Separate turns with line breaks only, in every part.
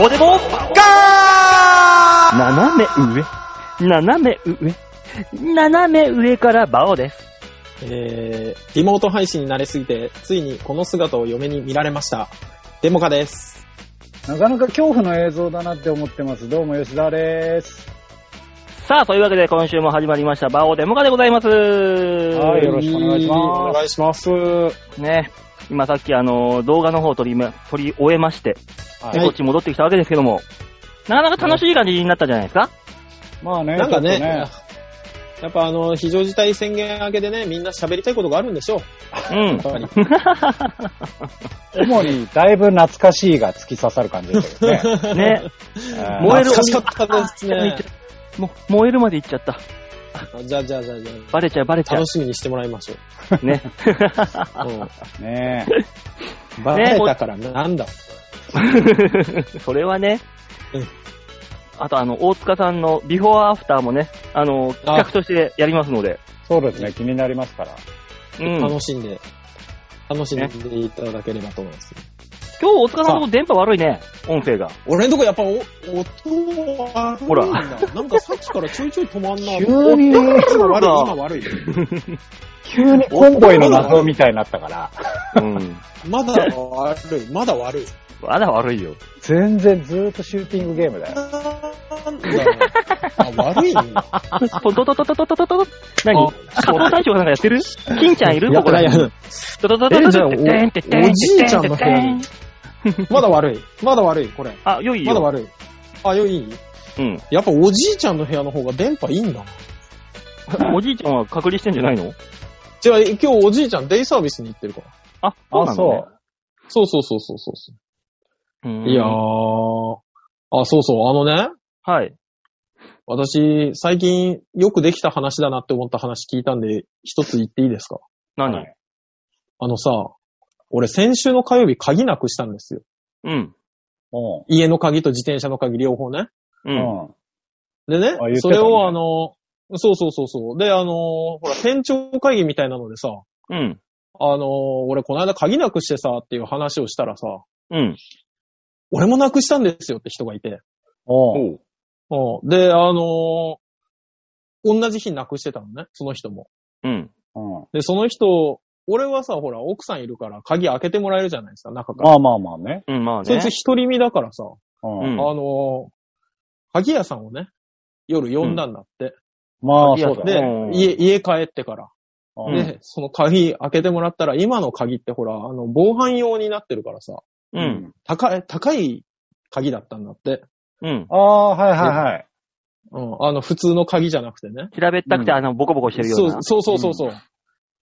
オデボガー斜め上、斜め上、斜め上からバオです。
えー、リモート配信に慣れすぎて、ついにこの姿を嫁に見られました。デモカです。
なかなか恐怖の映像だなって思ってます。どうも吉田です。
さあ、というわけで今週も始まりました、バオデモカでございます。は
はいよろしくお願いします
お願いします。
ね、今さっきあの、動画の方を撮りま、撮り終えまして、
はい
でこっち戻ってきたわけですけども、なかなか楽しい感じになったじゃないですか。
まあね、
なんかね、
ちょっ
やっぱあの、非常事態宣言明けでね、みんな喋りたいことがあるんでしょう。
うん
やっ。ぱり。
とね主にだいぶ懐かしいが突き刺さる感じでし たけど
ね、
ね。えー
燃える
懐かしかったですね。
もう燃えるまで行っちゃった。
じゃあじゃあじゃあじゃ
バレちゃう、バレ
あ
ちゃ
楽しみにしてもらいましょう。
う。ね。
うん
ね
バレたからなんだ。
それはね
うん、
あとあの、大塚さんのビフォーアフターもね、あの、企画としてやりますので、
そうですね、気になりますから。
うん。今
楽しんで、楽しんでいただければと思います。
日大塚さんのとこ電波悪いね、音声が。
俺んとこやっぱお音悪いん
ほら
だ。なんかさっきからちょいちょい止まんな。
急に、
今悪い、今悪い。
急 にコンボイの謎みたいになったから、
うん。
まだ悪い、まだ悪い。
まだ悪いよ。
全然ずーっとシューティングゲーム だよ。
なんだろうあ、悪いんだ。
トトトトトトトトト何加工大将がなんかやってる金ちゃんいるここらに。トトトトトト
えじゃあお
てってんてってん
おじいちゃんの部屋に
てってん
まだ悪い。まだ悪い、これ。
あ、よい
まだ
よ。
悪い。あ、よ、いい
うん。
やっぱおじいちゃんの部屋の方が電波いいんだ。
おじいちゃんは隔離してんじゃないの
じゃあ今日おじいちゃんデイサービスに行ってるから。
あ、そうな
あ、
のね
そ
そうそうそうそうそう。
うん
いやー。あ、そうそう、あのね。
はい。
私、最近よくできた話だなって思った話聞いたんで、一つ言っていいですか
う。
何、
はい
あのさ、俺先週の火曜日鍵なくしたんですよ。
うん。
うん
家の鍵と自転車の鍵両方ね。
うん。
うん
でね
あ言ってた
そ
ね、
れをあの、そうそうそうそう。で、あの、ほら、店長会議みたいなのでさ、
うん。
あの、俺この間鍵なくしてさっていう話をしたらさ、
うん。
俺もなくしたんですよって人がいて。
うん
おう
うん。で、あの、同じ日なくしてたのね、その人も。
うん。
うん
で、その人、俺はさ、ほら、奥さんいるから鍵開けてもらえるじゃないですか、中から。
まあまあまあね。
うん、まあね。
そいつ一人身だからさ、
うん
うん
あの、鍵屋さんをね、夜呼んだんだって。
まあ、そうだ
ん
ね。
うん
で、家、家帰ってから。
う
うん
で、その鍵開けてもらったら、今の鍵ってほら、あの、防犯用になってるからさ、
うん。
高い、高い鍵だったんだって。
うん。
ああ、はいはいはい。
うん、あの、普通の鍵じゃなくてね。
平べったくて、
うん
あの、ボコボコしてるよう
そ
な。
うそうそうそうそう。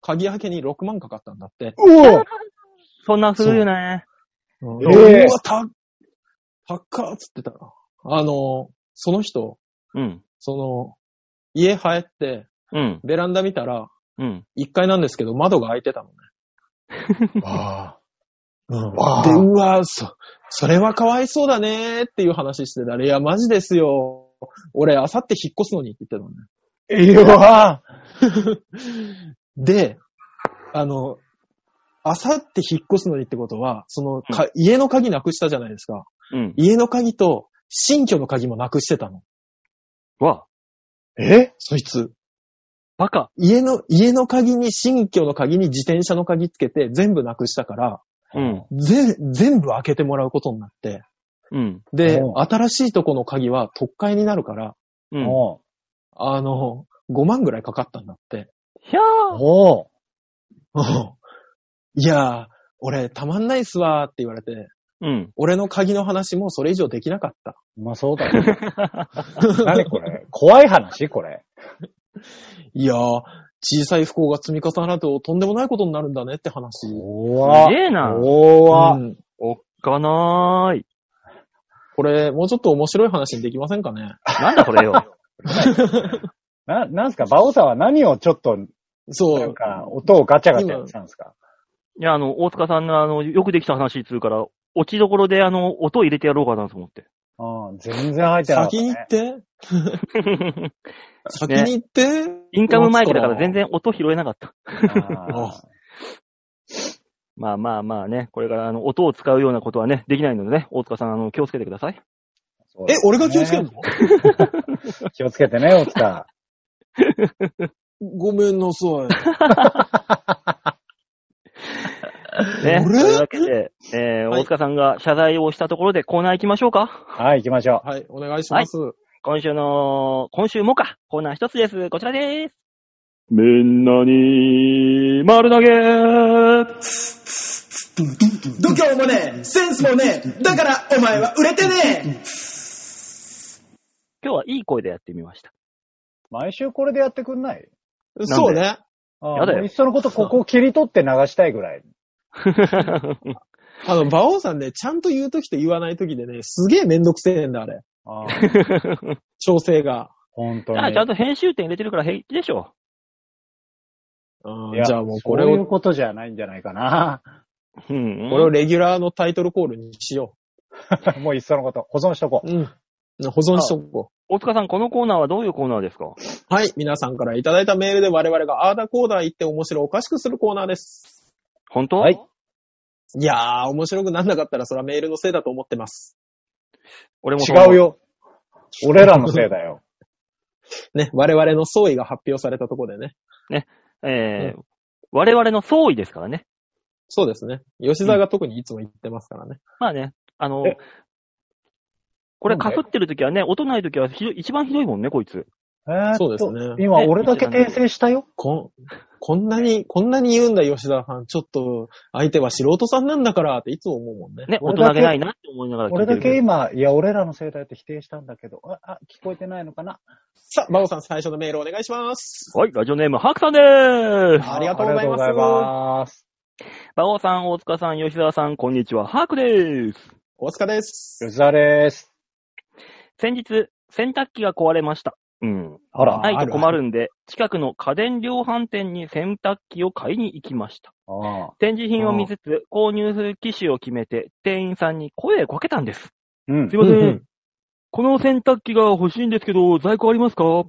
鍵開けに6万かかったんだって。
うお
そんなんするよね。
うん、
ええ
俺はた、高っつってたな。あの、その人、
うん。
その、家入って、
うん。
ベランダ見たら、
うん。
1階なんですけど、窓が開いてたのね。
あ
うん
わあ
で、うわーそ、それはかわいそうだねーっていう話してたら、いや、マジですよ。俺、あさって引っ越すのにって言って
あ。いや
たのね。
ー
で、あの、あさって引っ越すのにってことは、そのか、家の鍵なくしたじゃないですか。
うん。
家の鍵と、新居の鍵もなくしてたの。
わ、
え
そいつ。
バカ。
家の、家の鍵に、新居の鍵に自転車の鍵つけて、全部なくしたから、
うん。
ぜ、全部開けてもらうことになって。
うん。
で
おう、
新しいとこの鍵は、特会になるから、
うん。
お
あの、5万ぐらいかかったんだって。
ひゃー。
お
いやー、俺、たまんないっすわーって言われて、
うん。
俺の鍵の話もそれ以上できなかった。
まあそうだね。何これ怖い話これ。
いやー、小さい不幸が積み重なるととんでもないことになるんだねって話。
怖
すげえな
怖
うん
おっかなーい。
これ、もうちょっと面白い話にできませんかね
なんだこれ よ。
な、なんすかバオさんは何をちょっと、
そ
なん
う。
か、音をガチャガチャやってたんですか
いや、あの、大塚さんの、あの、よくできた話つうから、落ちどころで、あの、音を入れてやろうかなと思 って。
ああ全然入ってなかっ
先
た、
に
ね
行。って、先に行って、
インカムマイクだから全然音拾えなかった。
ああ
まあまあまあね、これからあの音を使うようなことはね、できないのでね、大塚さん、あの、気をつけてください。
そ う
え
です、ね
俺が気をつけるの
気をつけてね、大塚。
ごめんなさい。
ね。
あれ
というわけで、えー
はい
大塚さんが謝罪をしたところでコーナー行きましょうか。
はい、行きましょ
はい、お願いします。
今週の、今週もか、コーナー一つです。こちらです。みんなに、丸投げ
度胸もねえセンスもねえだからお前は売れてねえ
今日はいい声でやってみ ました。
う。毎週これでやってくんない
んで
そうね。
あ
やだよ
いっそのことここを切り取って流したいぐらい。
あの、馬王さんね、ちゃんと言うときと言わないときでね、すげえめんどくせえんだ、あれ。
ああ
調整が。
本当
あ
に。
ちゃんと編集点入れてるから平気でしょ。
うん
いや
じゃあもうこれ
そうい
を、
うことじゃないんじゃない かな。
うん、
これをレギュラーのタイトルコールにしよ
もういっそのこと、保存しとこ
う。うん。保存しとこ
大塚さん、このコーナーはどういうコーナーですか
う。はい。皆さんからいただいたメールで我々がアーダコーダー言って面白おかしくするコーナーです。
本当
はい。
いやー、面白くなんなかったらそれはメールのせいだと思ってます。
俺
う。
も
違
よ。
うよ。俺らのせいだよ。
ね、我々の総意が発表されたところでね。
えー我々の総意ですからね。
そうですね。吉沢が特にいつも言ってますからね。
まあね、あの
え、
これ
な
か
んです
ってる時はね、音ない時はひどい一番ひどいもんね、こいつ。
えーっと
そうですね
今、俺だけ訂正したよ。
こん、こんなに、こんなに言うんだ吉沢さん。ちょっと、相手は素人さんなんだからっていつも思うもんね。
ね、大
俺だ
人
け
げないなって思いながら聞
俺
いて
だ
るけ
け
ど。
今、いや、俺らのせいだよって否定したんだけど、あ、あ聞こえてないのかな
さあ、馬王さん最初のメールお願いします。
はい、ラジオネーム、ハクさんでーす。
ありがとうございます
ありがとうございます。
馬王さん、大塚さん、吉沢さん、こんにちは、ハクでーす。
大塚です。
吉沢です。
先日、洗濯機が壊れました。うん。
あら。
ない
あ
と
る
困るんで、近くの家電量販店に洗濯機を買いに行きました。
ああ
展示品を見つつ、購入する機種を決めて、店員さんに声をかけたんです。
うん
すいません。
うんうん
この洗濯機が欲しいんですけど、在庫ありますかあ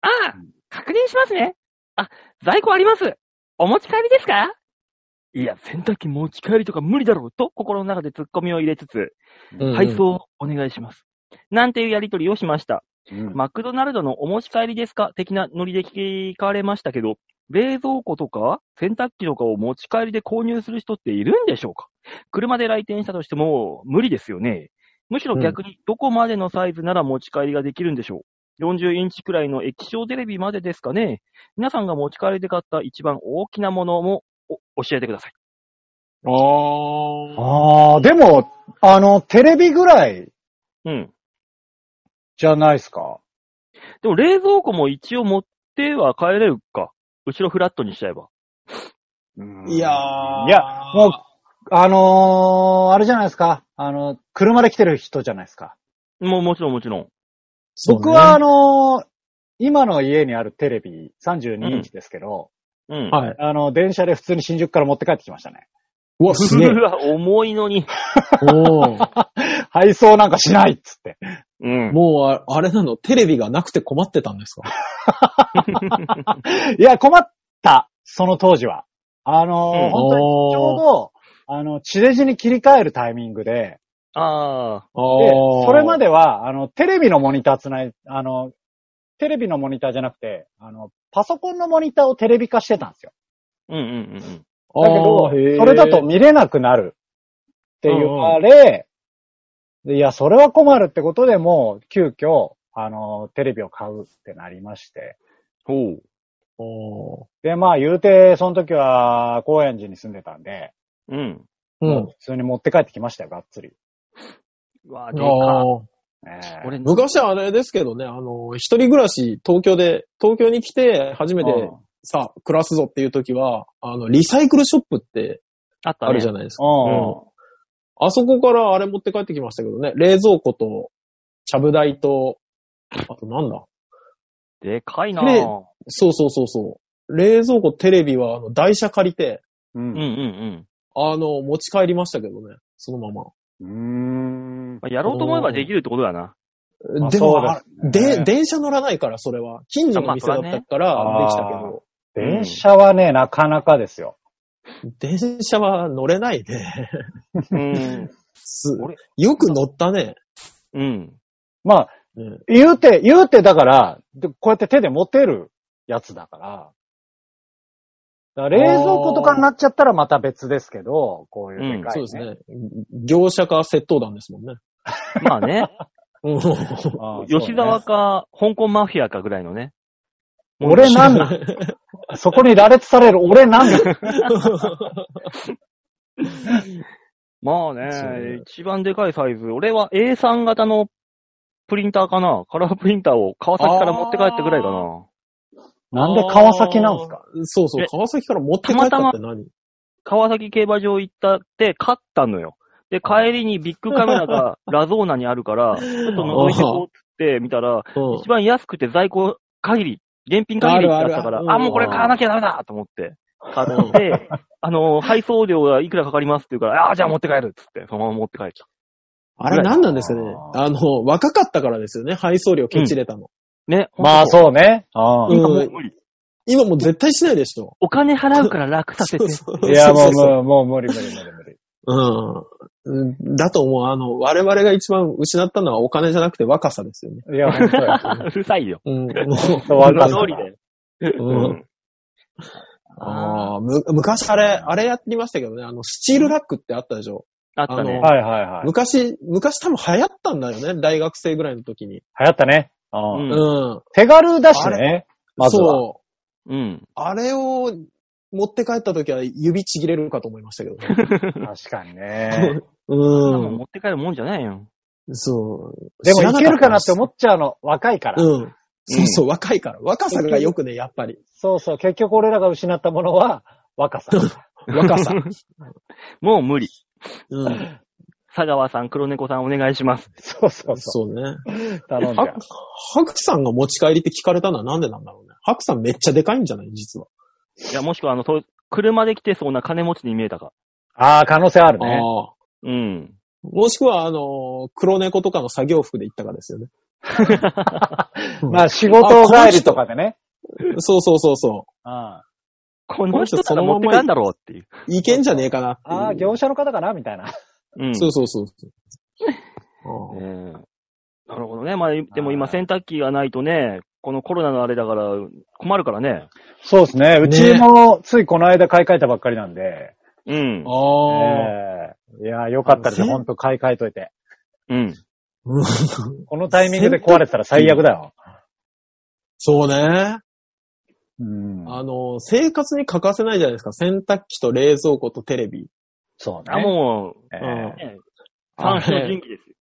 あ確認しますね。あ、在庫あります。お持ち帰りですかいや、洗濯機持ち帰りとか無理だろうと心の中で突っ込みを入れつつ、配送をお願いします。なんていうやりとりをしました。
うん
マクドナルドのお持ち帰りですか的なノリで聞かれましたけど、冷蔵庫とか洗濯機とかを持ち帰りで購入する人っているんでしょうか車で来店したとしても無理ですよね。むしろ逆にどこまでのサイズなら持ち帰りができるんでしょう ?40 インチくらいの液晶テレビまでですかね皆さんが持ち帰りで買った一番大きなものもお教えてください。
あー。
ああ、でも、あの、テレビぐらい
うん。
じゃないですか。
でも冷蔵庫も一応持っては帰れるか。後ろフラットにしちゃえば。
いやー。
いや、もう、あのー、あれじゃないですか。あの、車で来てる人じゃないですか。
もうもちろんもちろん。
そうね
僕は、あのー、今の家にあるテレビ32インチですけど、
うん。
はい。
あの、電車で普通に新宿から持って帰ってきましたね。
うわ、す げえ
う。わ、重いのに。
おー
配送なんかしないっつって。
うん。
もうあ、あれなの、テレビがなくて困ってたんですか
いや、困った。その当時は。あのー
うん
本当にちょうど、あの、地デジに切り替えるタイミングで、
ああ、
あ
で、それま
で。
では、あの、テレビのモニターつない、あの、テレビのモニターじゃなくて、あの、パソコンのモニターをテレビ化してたんですよ。
うんうんうん
あ
だけど、そ
ーへー
れだと見れなくなるって言われ、でいや、それは困るってことでもう、急遽、あの、テレビを買うってなりまして。
うん。ほ
お
で、まあ、言うて、その時は、高円寺に住んでたんで、
う。うん。
ーうん。
普通に持って帰ってきましたよ、がっつり。
うわあ、でか。
あー
ええ
俺、
昔はあれですけどね、あの、一人暮らし、東京で、東京に来て、初めて、
うん
さあ、暮らすぞっていう時は、あの、リサイクルショップって
あったね。
あるじゃ
ん。
ないですか。
うん
あそこからあれ持って帰ってきましたけどね、冷蔵庫と、ちゃぶ台と、あとなんだ
でかいな
ね
ぁ。
そうそうそうそう。冷蔵庫、テレビは、あの、台車借りて、
う
う
ん
ん
うんうん。
あの、持ち帰りましたけどね、そのまま。
うーん。
まあやろうと思えばできるってことだな。
まあ
で
そう
も
だ、
で、
ね
電車乗らないから、それは。近所の店だったから、
まあ
でき
そ
た
れはね
けど。
電車はね、なかなかですよ。
電車は乗れないで、
うん。
す
俺
よく乗ったね。
うん。
まあ、
ね
言うて、言うてだから、でこうやって手で持てるやつだから。だから冷蔵庫とかになっちゃったらまた別ですけど、こういうでかい、
そう
ね
です。ね。業者か窃盗団ですもんね。
まあ ね、
うん
あー
吉沢。か、香港マフィアかぐらいのね。
そうね俺なんだそこに羅列される俺なんだ
まあ
そう
ね、一番でかいサイズ。俺は A3 型のプリンターかな。カラープリンターを川崎から持って帰ったぐらいかな。
なんで川崎なんすか
あーそうそう
え、
川崎から持って帰ったって何
川崎競馬場行ったって勝ったのよ。で、帰りにビッグカメラ がラゾーナにあるから、ちょっと覗いてこうっつって見たら、
うん
一番安くて在庫限り、現品限りだったか
あるあ
ら、
る
あ、もうこれ買わなきゃダメだと思って。買 って、あの、配送料がいくらかかりますって言うから、ああ、じゃあ持って帰るっつって、そのまま持って帰っちゃう。
あれ何なんですかね
あ
あの、若かったからですよね、配送料ケチれたの。
ね。
まあ
う。
そうね。あー
今も
う
うん無理。
今もう絶対しないでしょ。
お金払うから楽させて。
いや、もう
そそ
もう、もう無理無理無理無理。
そううん。だと思う。あの、我々が一番失ったのはお金じゃなくて若さですよね。
いや、本当や。
うるさいよ。
うん。も
そう
う
わか
の
る
通りだよ。
うん。
あ
ああ、む、昔あれ、あれやってましたけどね、あの、スチールラックってあったでしょ。
あったね。
はいはいはい。流
昔、昔多分流行ったんだよね、大学生ぐらいの時に。
行ったね。あー
うん
うん。
手軽だし
あ
ね。まずは。
そう。
うん。
あれを持って帰った時は指ちぎれるかと思いましたけどね。
確かにね。
そんなもん
う
持って帰るもんじゃない よ。
ん。そう。
でも
知ら
い
な
け
った
るかなって思っちゃうの。若いから。
うん。そうそう、若いから。若さがよくね、やっぱり。
そうそう。結局俺らが失ったものは若さ。
若さ。
もう無理。
うん。
佐川さん、黒猫さんお願いします。
そうそう
そ
そ
うね。
う。頼んじゃう。
ハクさんが持ち帰りって聞かれたのはなんでなんだろうね。ハクさんめっちゃでかいんじゃない実は。
いや、もしくは、あの、そう車で来てそうな金持ちに見えたか。
ああ、可能性あるね。
ああ。
うん。
もしくは、あのー黒猫とかの作業服で行ったかですよね。
まあ仕事帰りとかでね。
そうそうそうそう。
あ
この人から持ってたんだろうっていう。
いけんじゃねえかなっていう。
あー、業者の方かなみたいな。
うん。
そうそうそうそう。ああ
ねえなるほどね。まあ、でも
は
今
い
洗濯機がないとね、このコロナのあれだから困るからね。
そうですね。うち
ね
もついこの間買い替えたばっかりなんで。
うん。
ああ。
ええいやー、よかったです。
あのせん
ほんと買い替えといて。
うん。
うん
このタイミングで壊れてたら最悪だよ。
そうね。
うん。
あの、生活に欠かせないじゃないですか。洗濯機と冷蔵庫とテレビ。
そうね。
あ、も
ええ
うん
う、ね、
あ
三種の
れ
神器ですよ。
うん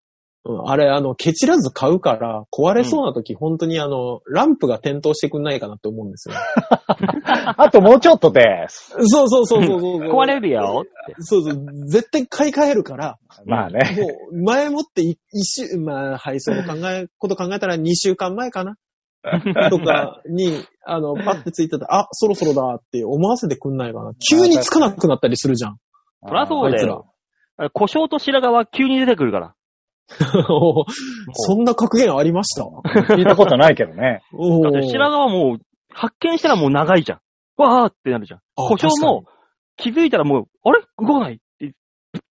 あれ、あの、ケチらず買うから、壊れそうな時、本当にあの、ランプが点灯してくんないかなって思うんですよ。
あともうちょっとです。
そうそうそうそうそう。
壊れるよ。
そうそう。絶対買い替えるから、
まあね。
もう、前もってい一週、まあ、配送の考え、こと考えたら2週間前 かなとかに、あの、パッてついてた、あ、そろそろだって思わせてくんないかな。急につかなくなったりするじゃ ん。
そりゃそう
あい
だ
つら
よ。あ故障と白髪は急に出てくるから。
おそんな格言ありました
聞いたことないけど ね。
お
だって白髪はもう、発見したらもう長いじゃん。わーってなるじゃん。
あ
故障も気づいたらもう、あれ動かないって、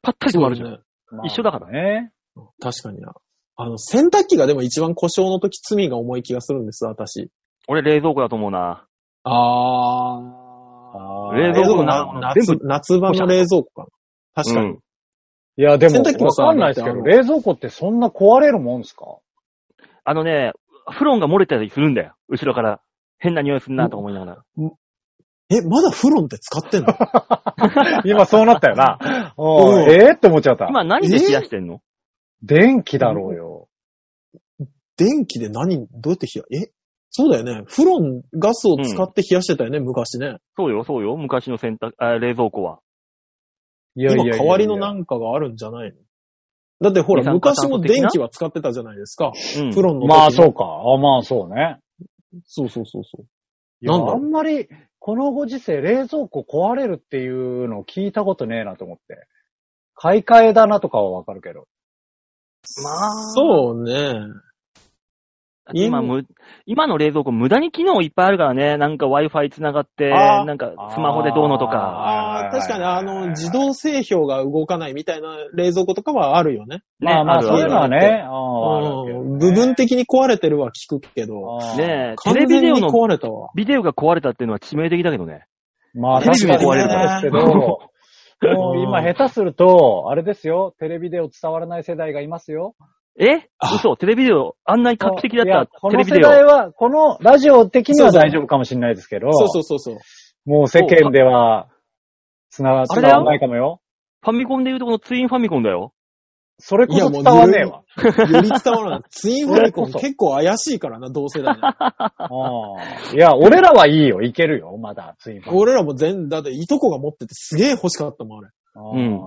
ぱったり
確かに
止まるじゃん。
そうで
まあ
一緒だから
ね。
すね。確かにな。あの、洗濯機がでも一番故障の時罪が重い気がするんです、私。
俺冷蔵庫だと思うな。
あ
あー
冷蔵庫の中
な夏夏場の冷蔵庫かな。確かに。
うん
いや、で
洗
も、
濯機も
わ
さ
かんないですけど、
だって
冷蔵庫ってそんな壊れるもんすか
あのね、フロンが漏れたりするんだよ。後ろから。変な匂いするなとか思いながら。
え、まだフロンって使ってんの
今そうなったよ な。
う
お
ん
いえーって思っちゃった。
今何で冷やしてんの
電気だろうよ。
電気で何、どうやって冷や、えそうだよね。フロン、ガスを使って冷やしてたよね、昔ね。
そうよ、そうよ。昔の洗濯、あ冷蔵庫は。
いやいやい
今
やいや
代わりのなんかがあるんじゃないのだってほ
二
ら、
酸化炭素
昔も
的な
電気は使ってたじゃないですか。
うん。
フロンの時
まあそうか。あまあそうね。
そうそうそうそう。
いや
なんだ
あんまり、このご時世、冷蔵庫壊れるっていうのを聞いたことねえなと思って。買い替えだなとかはわかるけど。
まあ、
そうね。
あと今
家に
む、今の冷蔵庫無駄に機能いっぱいあるからね。なんか Wi-Fi 繋がって、
あー
なんかスマホでどうのと
あ
か。
ああ、確かに、あの、自動製氷が動かないみたいな冷蔵庫とかはあるよね。
ね
まあまあ、
る
そういうのは
ある
ね、あー
うん。部分的に壊れてるは聞くけど、
あるけどね
ねえ、テ
完
レ
全
ビデオ
に
の、
壊れたわ。
ビデオが壊れたっていうのは致命的だけどね。
まあ、
テレビ
確
も
かに
壊れる
そうですけど、もう今下手すると、あれですよ、テレビデオ伝わらない世代がいますよ。
え
あ
嘘、テレビデオ、あんなに画期的だ
いや
っ
こ
たテ
の
レビ
世
デオ。
代は、このラジオ的には大丈夫かもしれないですけど、
そうそうそうそう。
もう世間では、つなが、
あれ
伝
だよ
わんないかもよ。
ファミコンでいうとこのツインファミコンだよ。
それこ
いや
そ
も
伝
う
わんねえわ。
より伝わらない。ツインファミコン
それこそ
結構怪しいからな、同世代の。
うんいや、俺らはいいよ、いけるよ、まだ、ツインパク
俺らも全、だっていとこが持っててすげえ欲しかったもん、あれ。
うん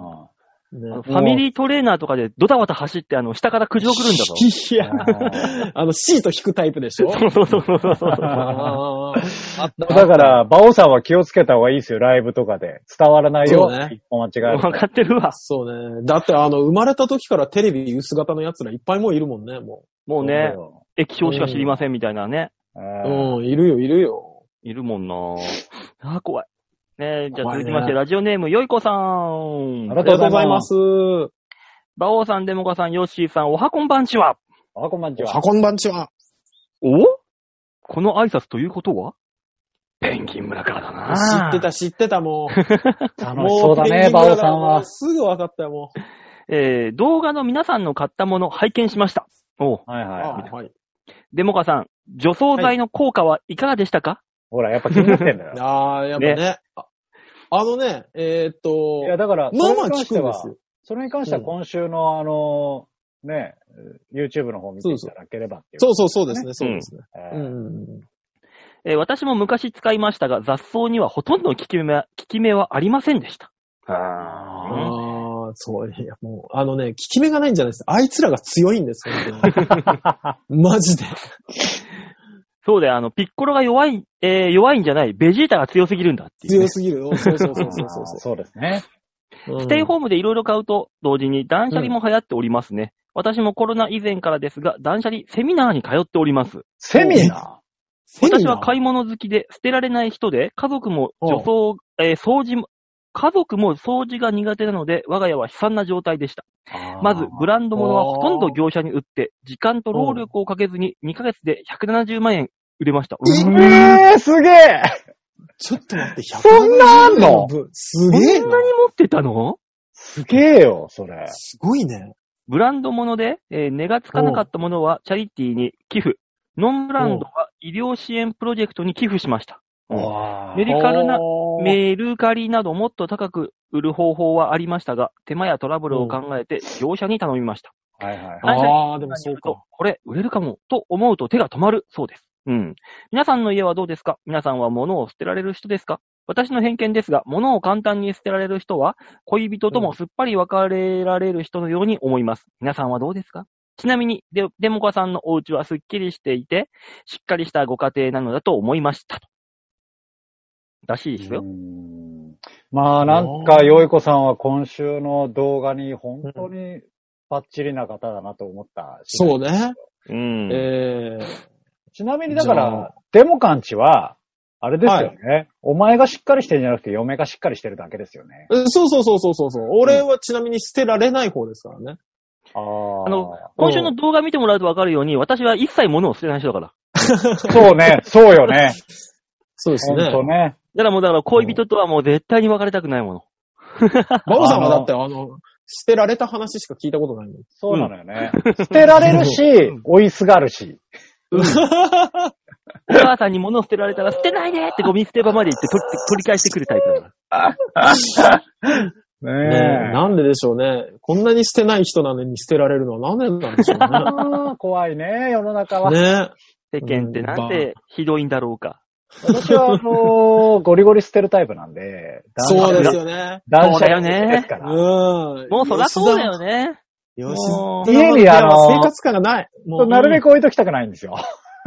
ね
あのファミリートレーナーとかでドタバタ走って、あの、下から苦情来るんだぞ。
いや、あの、シート引くタイプでしょ
そうそうそうそうそう。
あーあった
だから、馬王さんは気をつけた方がいいですよ、ライブとかで。伝わらない
そ
よ
うね。
一歩間違える
わかってるわ。
そうね。だってあの、生まれた時からテレビ薄型の奴らいっぱいもういるもんね、も
もうね、液晶しか知りませんみたいなね。
う
う。
ん。
うん、いるよ、いるよ。
いるもんなあー怖い。ねえ、じゃあ
怖い
続
ね
きまして、ラジオネーム、よいこさん。
あ
あ
ら
りがとうございます。
バオさん、デモカさん、ヨッシーさん、おはこんばんちは。
あ、こんばんちは。
箱んばんちは。
おこの挨拶ということはペンギン村からだ
知
な
ってた、知ってた、もう。
楽し
も
そうだ
ペンギ
ね、
ン
馬
村
王さん
も
は
う。すぐ分かったよ、もう。
えー、動画の皆さんの買ったもの拝見しました。おう
はい
あ
はい。
はい。
デモカさん、除草剤の効果はいかがでしたか、
ほら、やっぱ気になって んだよ。
あーやっぱね。ああのね、えーっ
い
と、
や、だから、
まあまあ
それに関
聞く
して
んで
は
すよ。
それに関しては今週の、あの、ね、YouTube の方見ていただければっていう。
そうそうそうですね、そうですね。
え
う
ー
ん。
えー私も昔使いましたが、雑草にはほとんど効き目は効き目はありませんでした。
あー
ああ、そう、いや、もう、あのね、効き目がないんじゃないです。あいつらが強いんです、本当にマジで。
そうだよ、あの、ピッコロが弱い、えー弱いんじゃない、ベジータが強すぎるんだっていうね、
強す ぎるよ。そうそうそうそう
あー
そ
そうですね。
う。
ステイ
ー
ホームでいろいろ買うと同時に断捨離も流行っておりますね。私もコロナ以前からですが、断捨離セミナーに通っております。
セミナ
私は買い物好きで捨てられない人で、家族も女装、えー掃除も、家族も掃除が苦手なので、我が家は悲惨な状態でした。
ー
まず、ブランド物は
あー
ほとんど業者に売って、時間と労力をかけずに2ヶ月で170万円売れました。
ええー、すげえ
ちょっと待って、100
そんなあんの
す
そん
げえ
なに持
な。
ってたの
すげえよ、それ。
すごいね。
ブランド物で、えー値がつかなかったものはチャリティーに寄付。ノンブランドは医療支援プロジェクトに寄付しました。うん
わ
メリカルな
おー
メルカリなどもっと高く売る方法はありましたが、手間やトラブルを考えて業者に頼みました。
はいはい。
会社
ああ、でもそう
と
か。、
これ売れるかもと思うと手が止まるそうです。うん。皆さんの家はどうですか皆さんは物を捨てられる人ですか私の偏見ですが、物を簡単に捨てられる人は、恋人ともすっぱり別れられる人のように思います。皆さんはどうですかちなみにデ、デモカさんのお家はすっきりしていて、しっかりしたご家庭なのだと思いましたと。らしいですよ。
うーんまあ、なんか、よいこさんは今週の動画に本当にバッチリな方だなと思った。
そうね。
うん
ええ。
ちなみにだか
じゃ
ら
あ、
デモカンチは、あれですよね、お前がしっかりしてるんじゃなくて、嫁がしっかりしてるだけですよね。
そうそうそうそうそうそう。俺はちなみに捨てられない方ですからね。
あ
あの
あ。
今週の動画見てもらうとわかるように、私は一切物を捨てない人だから。
そうね、そうよね。
そうです
ほん
ね。
とね。
だからもうだから恋人とはもう絶対に別れたくないもの。
バオさんはだってあの、捨てられた話しか聞いたこと ないの。
そうなのよね。捨てられるし、追いすがるし。
お母さんに物を捨てられたら捨てないでってゴミ捨て場まで行って取って取り返してくるタイプだから。
ね
ねえなんででしょうね。こんなに捨てない人なのに捨てられるのはなんでなんでし ょう
あー怖いね、世の中は。
ね。ね
世間ってなんてひどいんだろうか。
私は、あのーゴリゴリ捨てるタイプなんで、
そう
断捨離
ですよね。
断
そう
捨
だよね
離ですから。
うん。
もうそりゃそうだよね。
吉
もう
田。家
家に
に
あ
あ
の
の、生活感がない。もう
なるべく置いときたくないんですよ。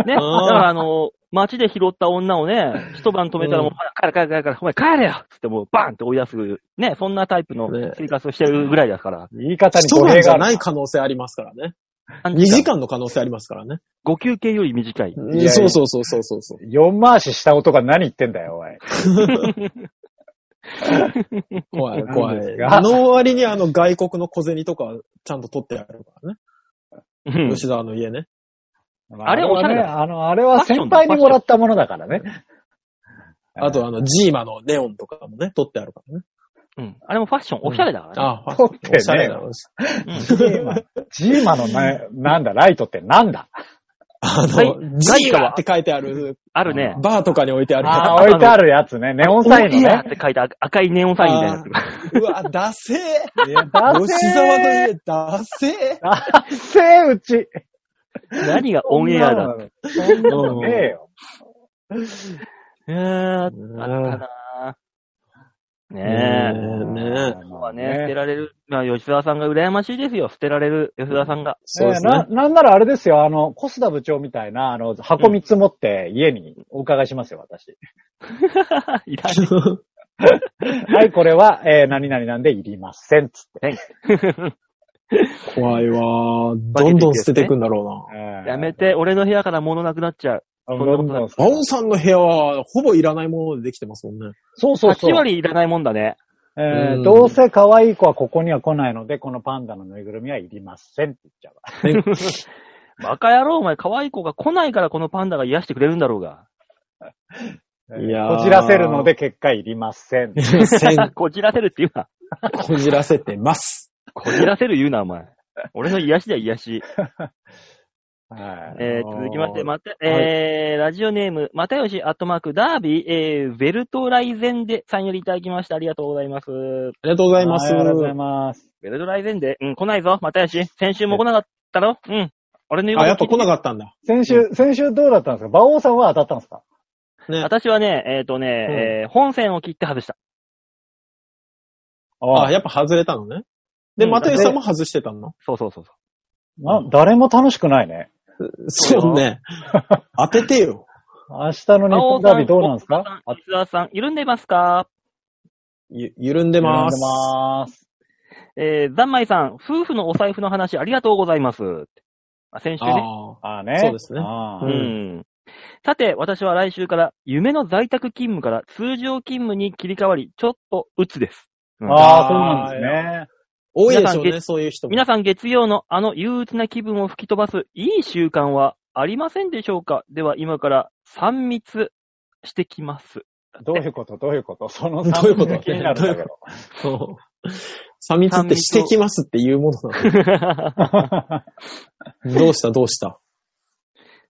ね。だからあの、街で拾った女をね、一晩止めたらもう、帰れ帰れ帰れ帰れ、お前帰れよっつってもうバーンって追い出す、ね、そんなタイプの
ね
生活をしてるぐらいだから。
言い方に
人
語
なん
弊
じ
が
ゃ
あ
な
る
い。可能性ありますからね。 2時間の可能性ありますからね。
ご休憩より短い。
いや
そうそうそうそうそうそう。
4回しした男が何言ってんだよ、おい。
怖い
なん
怖い
です。が
あの割にあの外国の小銭とかちゃんと取ってあるからね。
うん
吉沢の家ね。
あれおしゃれだ
あはねあの、あれは先輩にもらったものだからね。
あとあの、ジーマのネオンとかもね、取ってあるからね。
うん。あれもファッション、おしゃれだからね。
ああ、
取ってね
おしゃれだろうし。
ジーマ、ジーマのな、なんだ、ライトってなんだ
あの、
はい
ジーマって書いてある、
あるね。
バーとかに置いてある
あ
か
あ、置いてあるやつね。ネオンサインの
いや
ね
っ。て書いた赤赤いネオンサインみたいなやつ。
ら。うわ、ダセー
いやダ
吉
セ
沢の
ー
家、ダセー
ダセーうち。
何がオンエアだ。
そんなのねえよ。
えー、あっ
う
た
ん
なぁ。ねえ。
ねえ。
はね、捨てられる。まあ、吉沢さんが羨ましいですよ。捨てられる吉沢さんが。
そうです
な
ね。
なんならあれですよ、あの、コスダ部長みたいな、あの、箱見積もって家にお伺いしますよ、私。
いらない。
はい、これは、えー何々なんでいりません、つって。
怖いわー。どんどん捨てていくんだろ
やめて、俺の部屋から物なくなっちゃう。
うん。
そんなことないう
な。青さんの部屋は、ほぼいらないものでできてますもんね。
そうそうそう
8。割いらないもんだね。
えー
うん
どうせ可愛い子はここには来ないので、このパンダのぬいぐるみはいりませんって言っちゃうわ。
バカ野郎、お前、可愛い子が来ないからこのパンダが癒してくれるんだろうが。
いやー
こじらせるので結果いりません。
せん
こじらせるって言うな。
こじらせてます。
こじらせる言うな、お前。俺の癒しだよ、癒し。
はい
えー、続きまして、また、
は
えー、ラジオネーム、またよし、アットマーク、ダービー、えー、ベルトライゼンデさんよりいただきました。ありがとうございます。ベ
ありがとうございます。
はいありがとうございます。
ルトライゼンデ、うん、来ないぞ、またよし。先週も来なかったろうん。俺の言うこ
あ、
と
やっぱ来な
かっ
かったんだ。
先週、先週どうだったんですか馬王さんは当たったんですか
た
ね。
私はね、えっ、とね、えー、本線を切って外した。
あ、やっぱ外れたのね。で、
うん
またよさんも外してたの
そうそうそうそ
な誰も楽しくないね。
そうね。当ててよ。
明日の日本ダービーどうなんです
う。
か
リスナーさん、緩んでますか
ゆ、緩んでま。
ますす。まーす。
えー、ざんまいさん、夫婦のお財布の話ありがとうございます。あ先週ね。
ああ。
あーね。
そうですね
あ
う
う
ー
ん
ん。さて、私は来週から、夢の在宅勤務から通常勤務に切り替わり、ちょっと鬱です。うん
あー、そうなんですね。
多いでしょう
皆さ
ね、そういう人も。
皆さん月曜のあの憂鬱な気分を吹き飛ばすいい習慣はありませんでしょうかでは今から3密してき ます。
どういうこと どういうことその
どういうこと
気になるんだけど。
そう。三密ってしてきますっていうものなの。どうしたどうした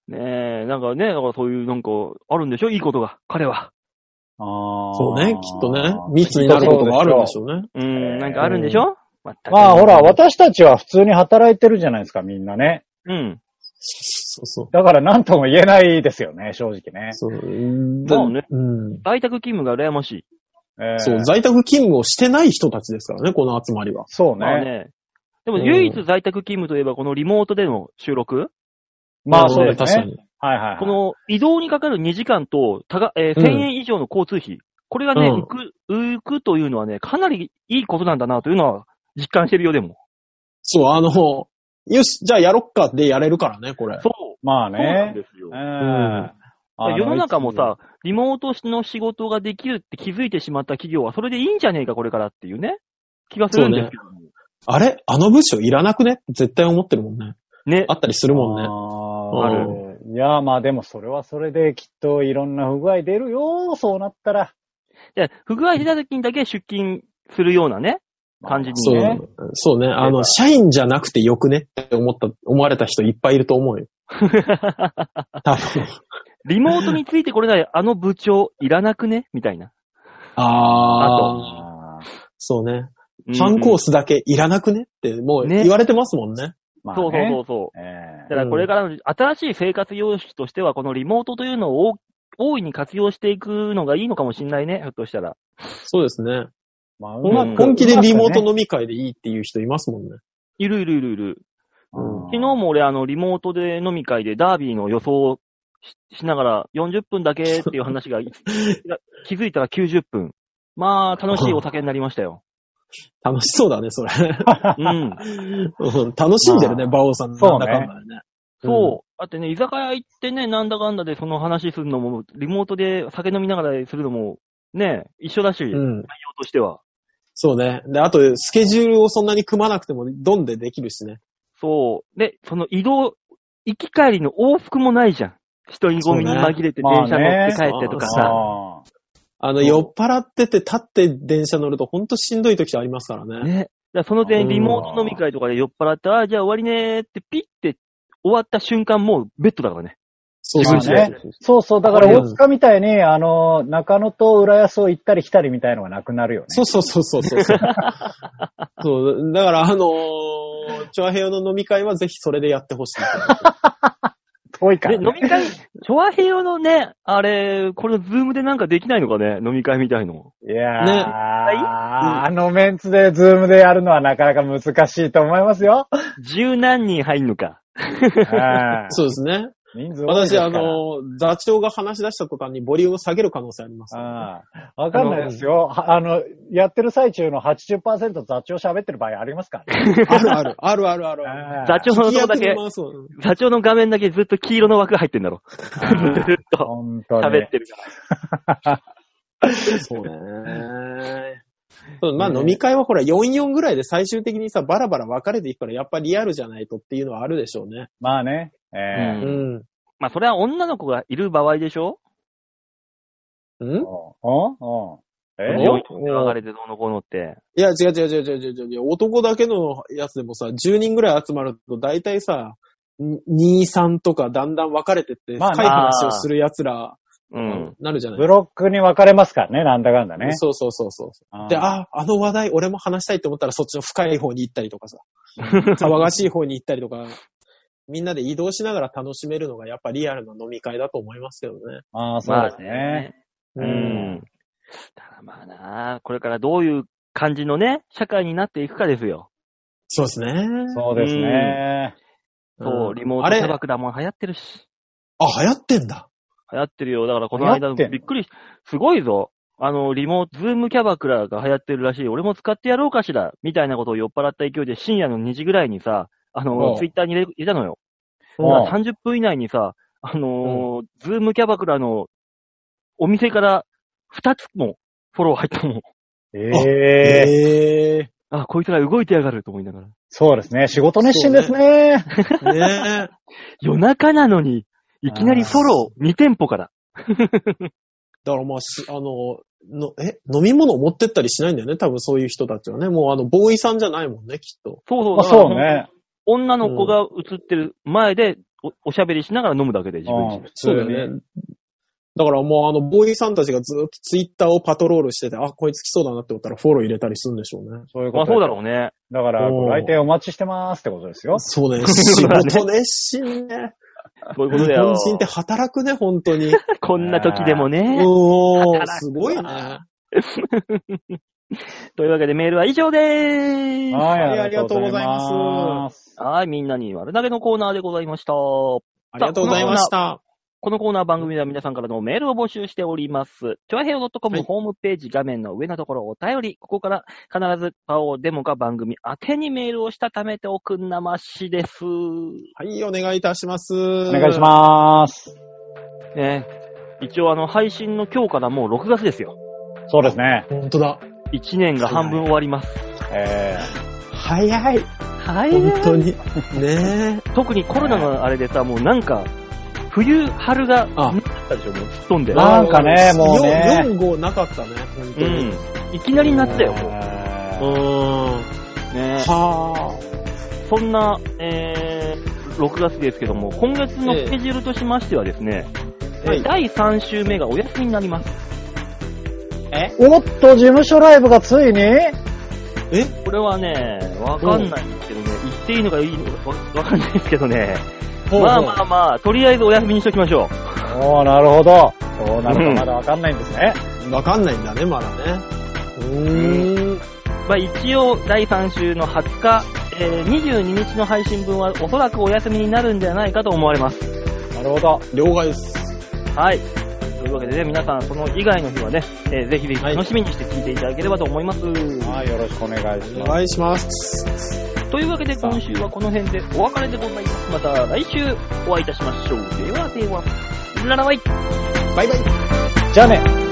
ねえ、なんかね、だからそういうなんかあるんでしょいいことが、彼は。
あー
そうね、きっとね。密になることがあるんでしょうね。
うん、なんかあるんでしょまったく
まあほら、私たちは普通に働いてるじゃないですか、みんなね。
うん。
そうそう。
だから何とも言えないですよね、正直ね。
そう。
まあね
うん。
在宅勤務が羨ましい。
えー
そう、在宅勤務をしてない人たちですからね、この集まりは。
そう
まあ
ね。
ね。でも
うん
唯一在宅勤務といえば、このリモートでの収録、
まあそうです
確か
ね。
に。
はいはいはい。
この移動にかかる2時間と、たが、えー1000円以上の交通費、これがね、
うん
浮く、浮くというのはね、かなりいいことなんだなというのは実感してるよ、でも。
そう、あの、よし、じゃあやろっかでやれるからね、これ。
そう。
まあ
そうなん
ね。
ですよ。
うん
ん
あの
世の中もさ、リモートの仕事ができるって気づいてしまった企業は、それでいいんじゃねえか、これからっていうね、気がするんですけども
あれあの部署いらなくね絶対思ってるもんね。
ね。
あったりするもんね。
あ
あ
る。いや、まあでもそれはそれできっといろんな不具合出るよ、そうなったら。
で不具合出た時にだけ出勤するようなね、感じ
そ
に
う、
ね。
そうね。あの、社員じゃなくてよくねって思った、思われた人いっぱいいると思うよ。多分。
リモートについてこれない、あの部長、いらなくねみたいな。
ああ、
あー
そうね。
うん
ファンコースだけいらなくねって、もう
ね
言われてますもんね。
まあね
そうそうそうそう。
え
だからこれからの新しい生活様式としては、このリモートというのを大いに活用していくのがいいのかもしれないね、ひょっとしたら。
そうですね。
えまあ
ん
うまく
本気でリモート
う
飲み会でいいっていう人いますもんね。
いるいるいるいる。
まく
昨日
ね
も俺、あの、リモートで飲み会でダービーの予想をししながら、40分だけ っていう話が、い気づいたら90分。まあ、楽しいお酒になりましたよ。
楽しそうだね、それ。
うん。
うん楽しんでるね、馬王さん。
そうね
なんだかんだね。
そう。だってね、居酒屋行ってね、なんだかんだでその話するのも、リモートで酒飲みながらするのも、ね、一緒だし、内
う
容
ん。
としては。
そうね。で、あと、スケジュールをそんなに組まなくても、どんでできるしね。
そう。で、その移動、行き帰りの往復もないじゃん。人にゴミに紛れて
そうね
電車乗って帰ってとかさ。
あ
あの、
そう
酔っ払ってて立って電車乗ると、ほんとしんどい時ってありますからね。
ね。だからその点、
うん
リモート飲み会とかで酔っ払ったら、あじゃあ終わりねーって、ピッて終わった瞬間、もうベッドだからね。
そう
そ
そううそう。
ね。そうそう。だから、大塚みたいに、あの、中野と浦安を行ったり来たりみたいのがなくなるよね。
そうそうそうそうそう。 そう、だからあのー、チョアヘヨの飲み会はぜひそれでやってほし い。
遠いか
で、
ら、
飲み会、チョアヘヨのね、あれ、これ、ズームでなんかできないのかね、飲み会みたいの。
いやー、
ね
あのメンツでズームでやるのはなかなか難しいと思います よ。
十何人入んのか。
はい
そうですね。
人数多いで
私、
すから
あのー、座長が話し出した途端にボリューム下げる可能性あります。
ああわかんないですよ。はあの、やってる最中の80%座長喋ってる場合ありますからね。
あるあ る、あるあるある。
座長のとこだ
聞き
け
役に、回そう
座長の画面だけずっと黄色の枠入ってんだ ろ。ずーっと
本当に。
喋ってるか
そうね。そうまあ飲み会はほら44ぐらいで最終的にさ、バラバラ分かれていくから、やっぱリアルじゃないとっていうのはあるでしょうね。
まあね。え
う
う
え
ん。
ら。まあ、それは女の子がいる場合でしょ
うん
おおおえ
お
?4 人で別れてどうのこうのって。
いや、違う違う違う違う違う違う。男だけのやつでもさ、10人ぐらい集まると、大体さ、2、3とかだんだん分かれてって、
まあ
深い話をする奴ら、
うん。
なるじゃない、
ブロックに分かれますからね、なんだかんだね。
そうそうそうそう。
ああ
で、あ、あの話題、俺も話したいと思ったら、そっちの深い方に行ったりと かさ、騒がしい方に行ったりとか、みんなで移動しながら楽しめるのが、やっぱリアルな飲み会だと思いますけどね。
ああ、そうですね。
まあ
う
ね。うん。ただまあな、これからどういう感じのね、社会になっていくかですよ。
そうですね。
そうですね。
そう、
ん
リモー
あ
ト
れ、
キャバ
あ、
クラも流行ってるし。
流行ってんだ。
流行ってるよ。だからこの間、
流行
び
ってん
っ
の
くりし、すごいぞ。あの、リモート、ズームキャバクラが流行ってるらしい。俺も使ってやろうかしら。みたいなことを酔っ払った勢いで深夜の2時ぐらいにさ、あ
お
の、
う
ツイッターに入れ入れたのよ。
おう
ほんなら30分以内にさ、あのーズームキャバクラのお店から2つもフォロー入ったもん。
ええ
ええ
あ、こいつら動いてやがると思いながら。
そうですね。仕事熱心ですね。
ー。ねえ。
夜中なのに、いきなりフォロー2店舗から。
だからまあし、あの、の、え、飲み物持ってったりしないんだよね、多分そういう人たちはね。もうあの、ボーイさんじゃないもんね、きっと。
そうそう。
ま
だ
あ、
から
そう。ね。
女の子が映ってる前でお、おしゃべりしながら飲むだけで自分
う
自
ん
身。
普通
そうだよ
に。
ね。だからもうあの、ボーイさんたちがずっとツイッターをパトロールしてて、あ、こいつ来そうだなって思ったらフォロー入れたりするんでしょうね。
そういうこ
ま
と
あそ
です
うだろうね。
だから、ご来店お待ちしてますってことですよ。
そうね。
そ
仕
うだね
事熱心ね。
そういうこ
日
とだよ
本。人って働くね、本当に。
こんな時でもね。
おー、
働く
すごいね。は
というわけでメールは以上でーす。は
はい、。
ありがとうございます
い、みんなに丸投げのコーナーでございました。こ
ありがとうございました。
のコーナー番組では皆さんからのメールを募集しております。ちょいへよ .com
はい
ホームページ画面の上のところお便り、ここから必ずパオデモか番組宛てにメールをしたためておくんなましです。
はい、お願いいたします。
お
お
願いします。
ね一応あの配信の今日からもう6月ですよ。
そうですね。
す。本当だ。
1年が半分終わります。
え
早い。
は
本当に。ねえ。
特にコロナのあれでさ、もうなんか、冬、春が、
あ
なかったでしょ、もう、吹っ飛んで。
あなんかねもうね
4、5なかったね、本当
う
に。
ん。いきなり夏だよ、
え
も
うー。
うん
う。ね
は
そんな、えー、6月ですけども、今月のスケジュールとしましてはですね、えー
はい
第3週目がお休みになります。
おっと、事務所ライブがついに
あ。え
これはね、わかんないんですけどね、言っていいのかいいのかわわかんないですけどね、
ほうほう
まあまあまあ、とりあえずお休みにしときましょ
おー、なるほど。どうな
う
る
ん
かまだわかんないんですね。
わかんないんだね、まだね。うーん。
う。まあ一応、第3週の20日、えー、22日の配信分はおそらくお休みになるんではないかと思われます。
なるほど。
了解です。
はい。というわけでね、皆さん、その以外の日はね、えーぜひぜひ楽しみにして聞いていただければと思います。
はい、よろしくお願いし
お
ます。
願いします。
というわけで今週はこの辺でお別れでございます。また来週お会いいたしましょう。ではでは、ララバイ
バイバイ。
じゃあね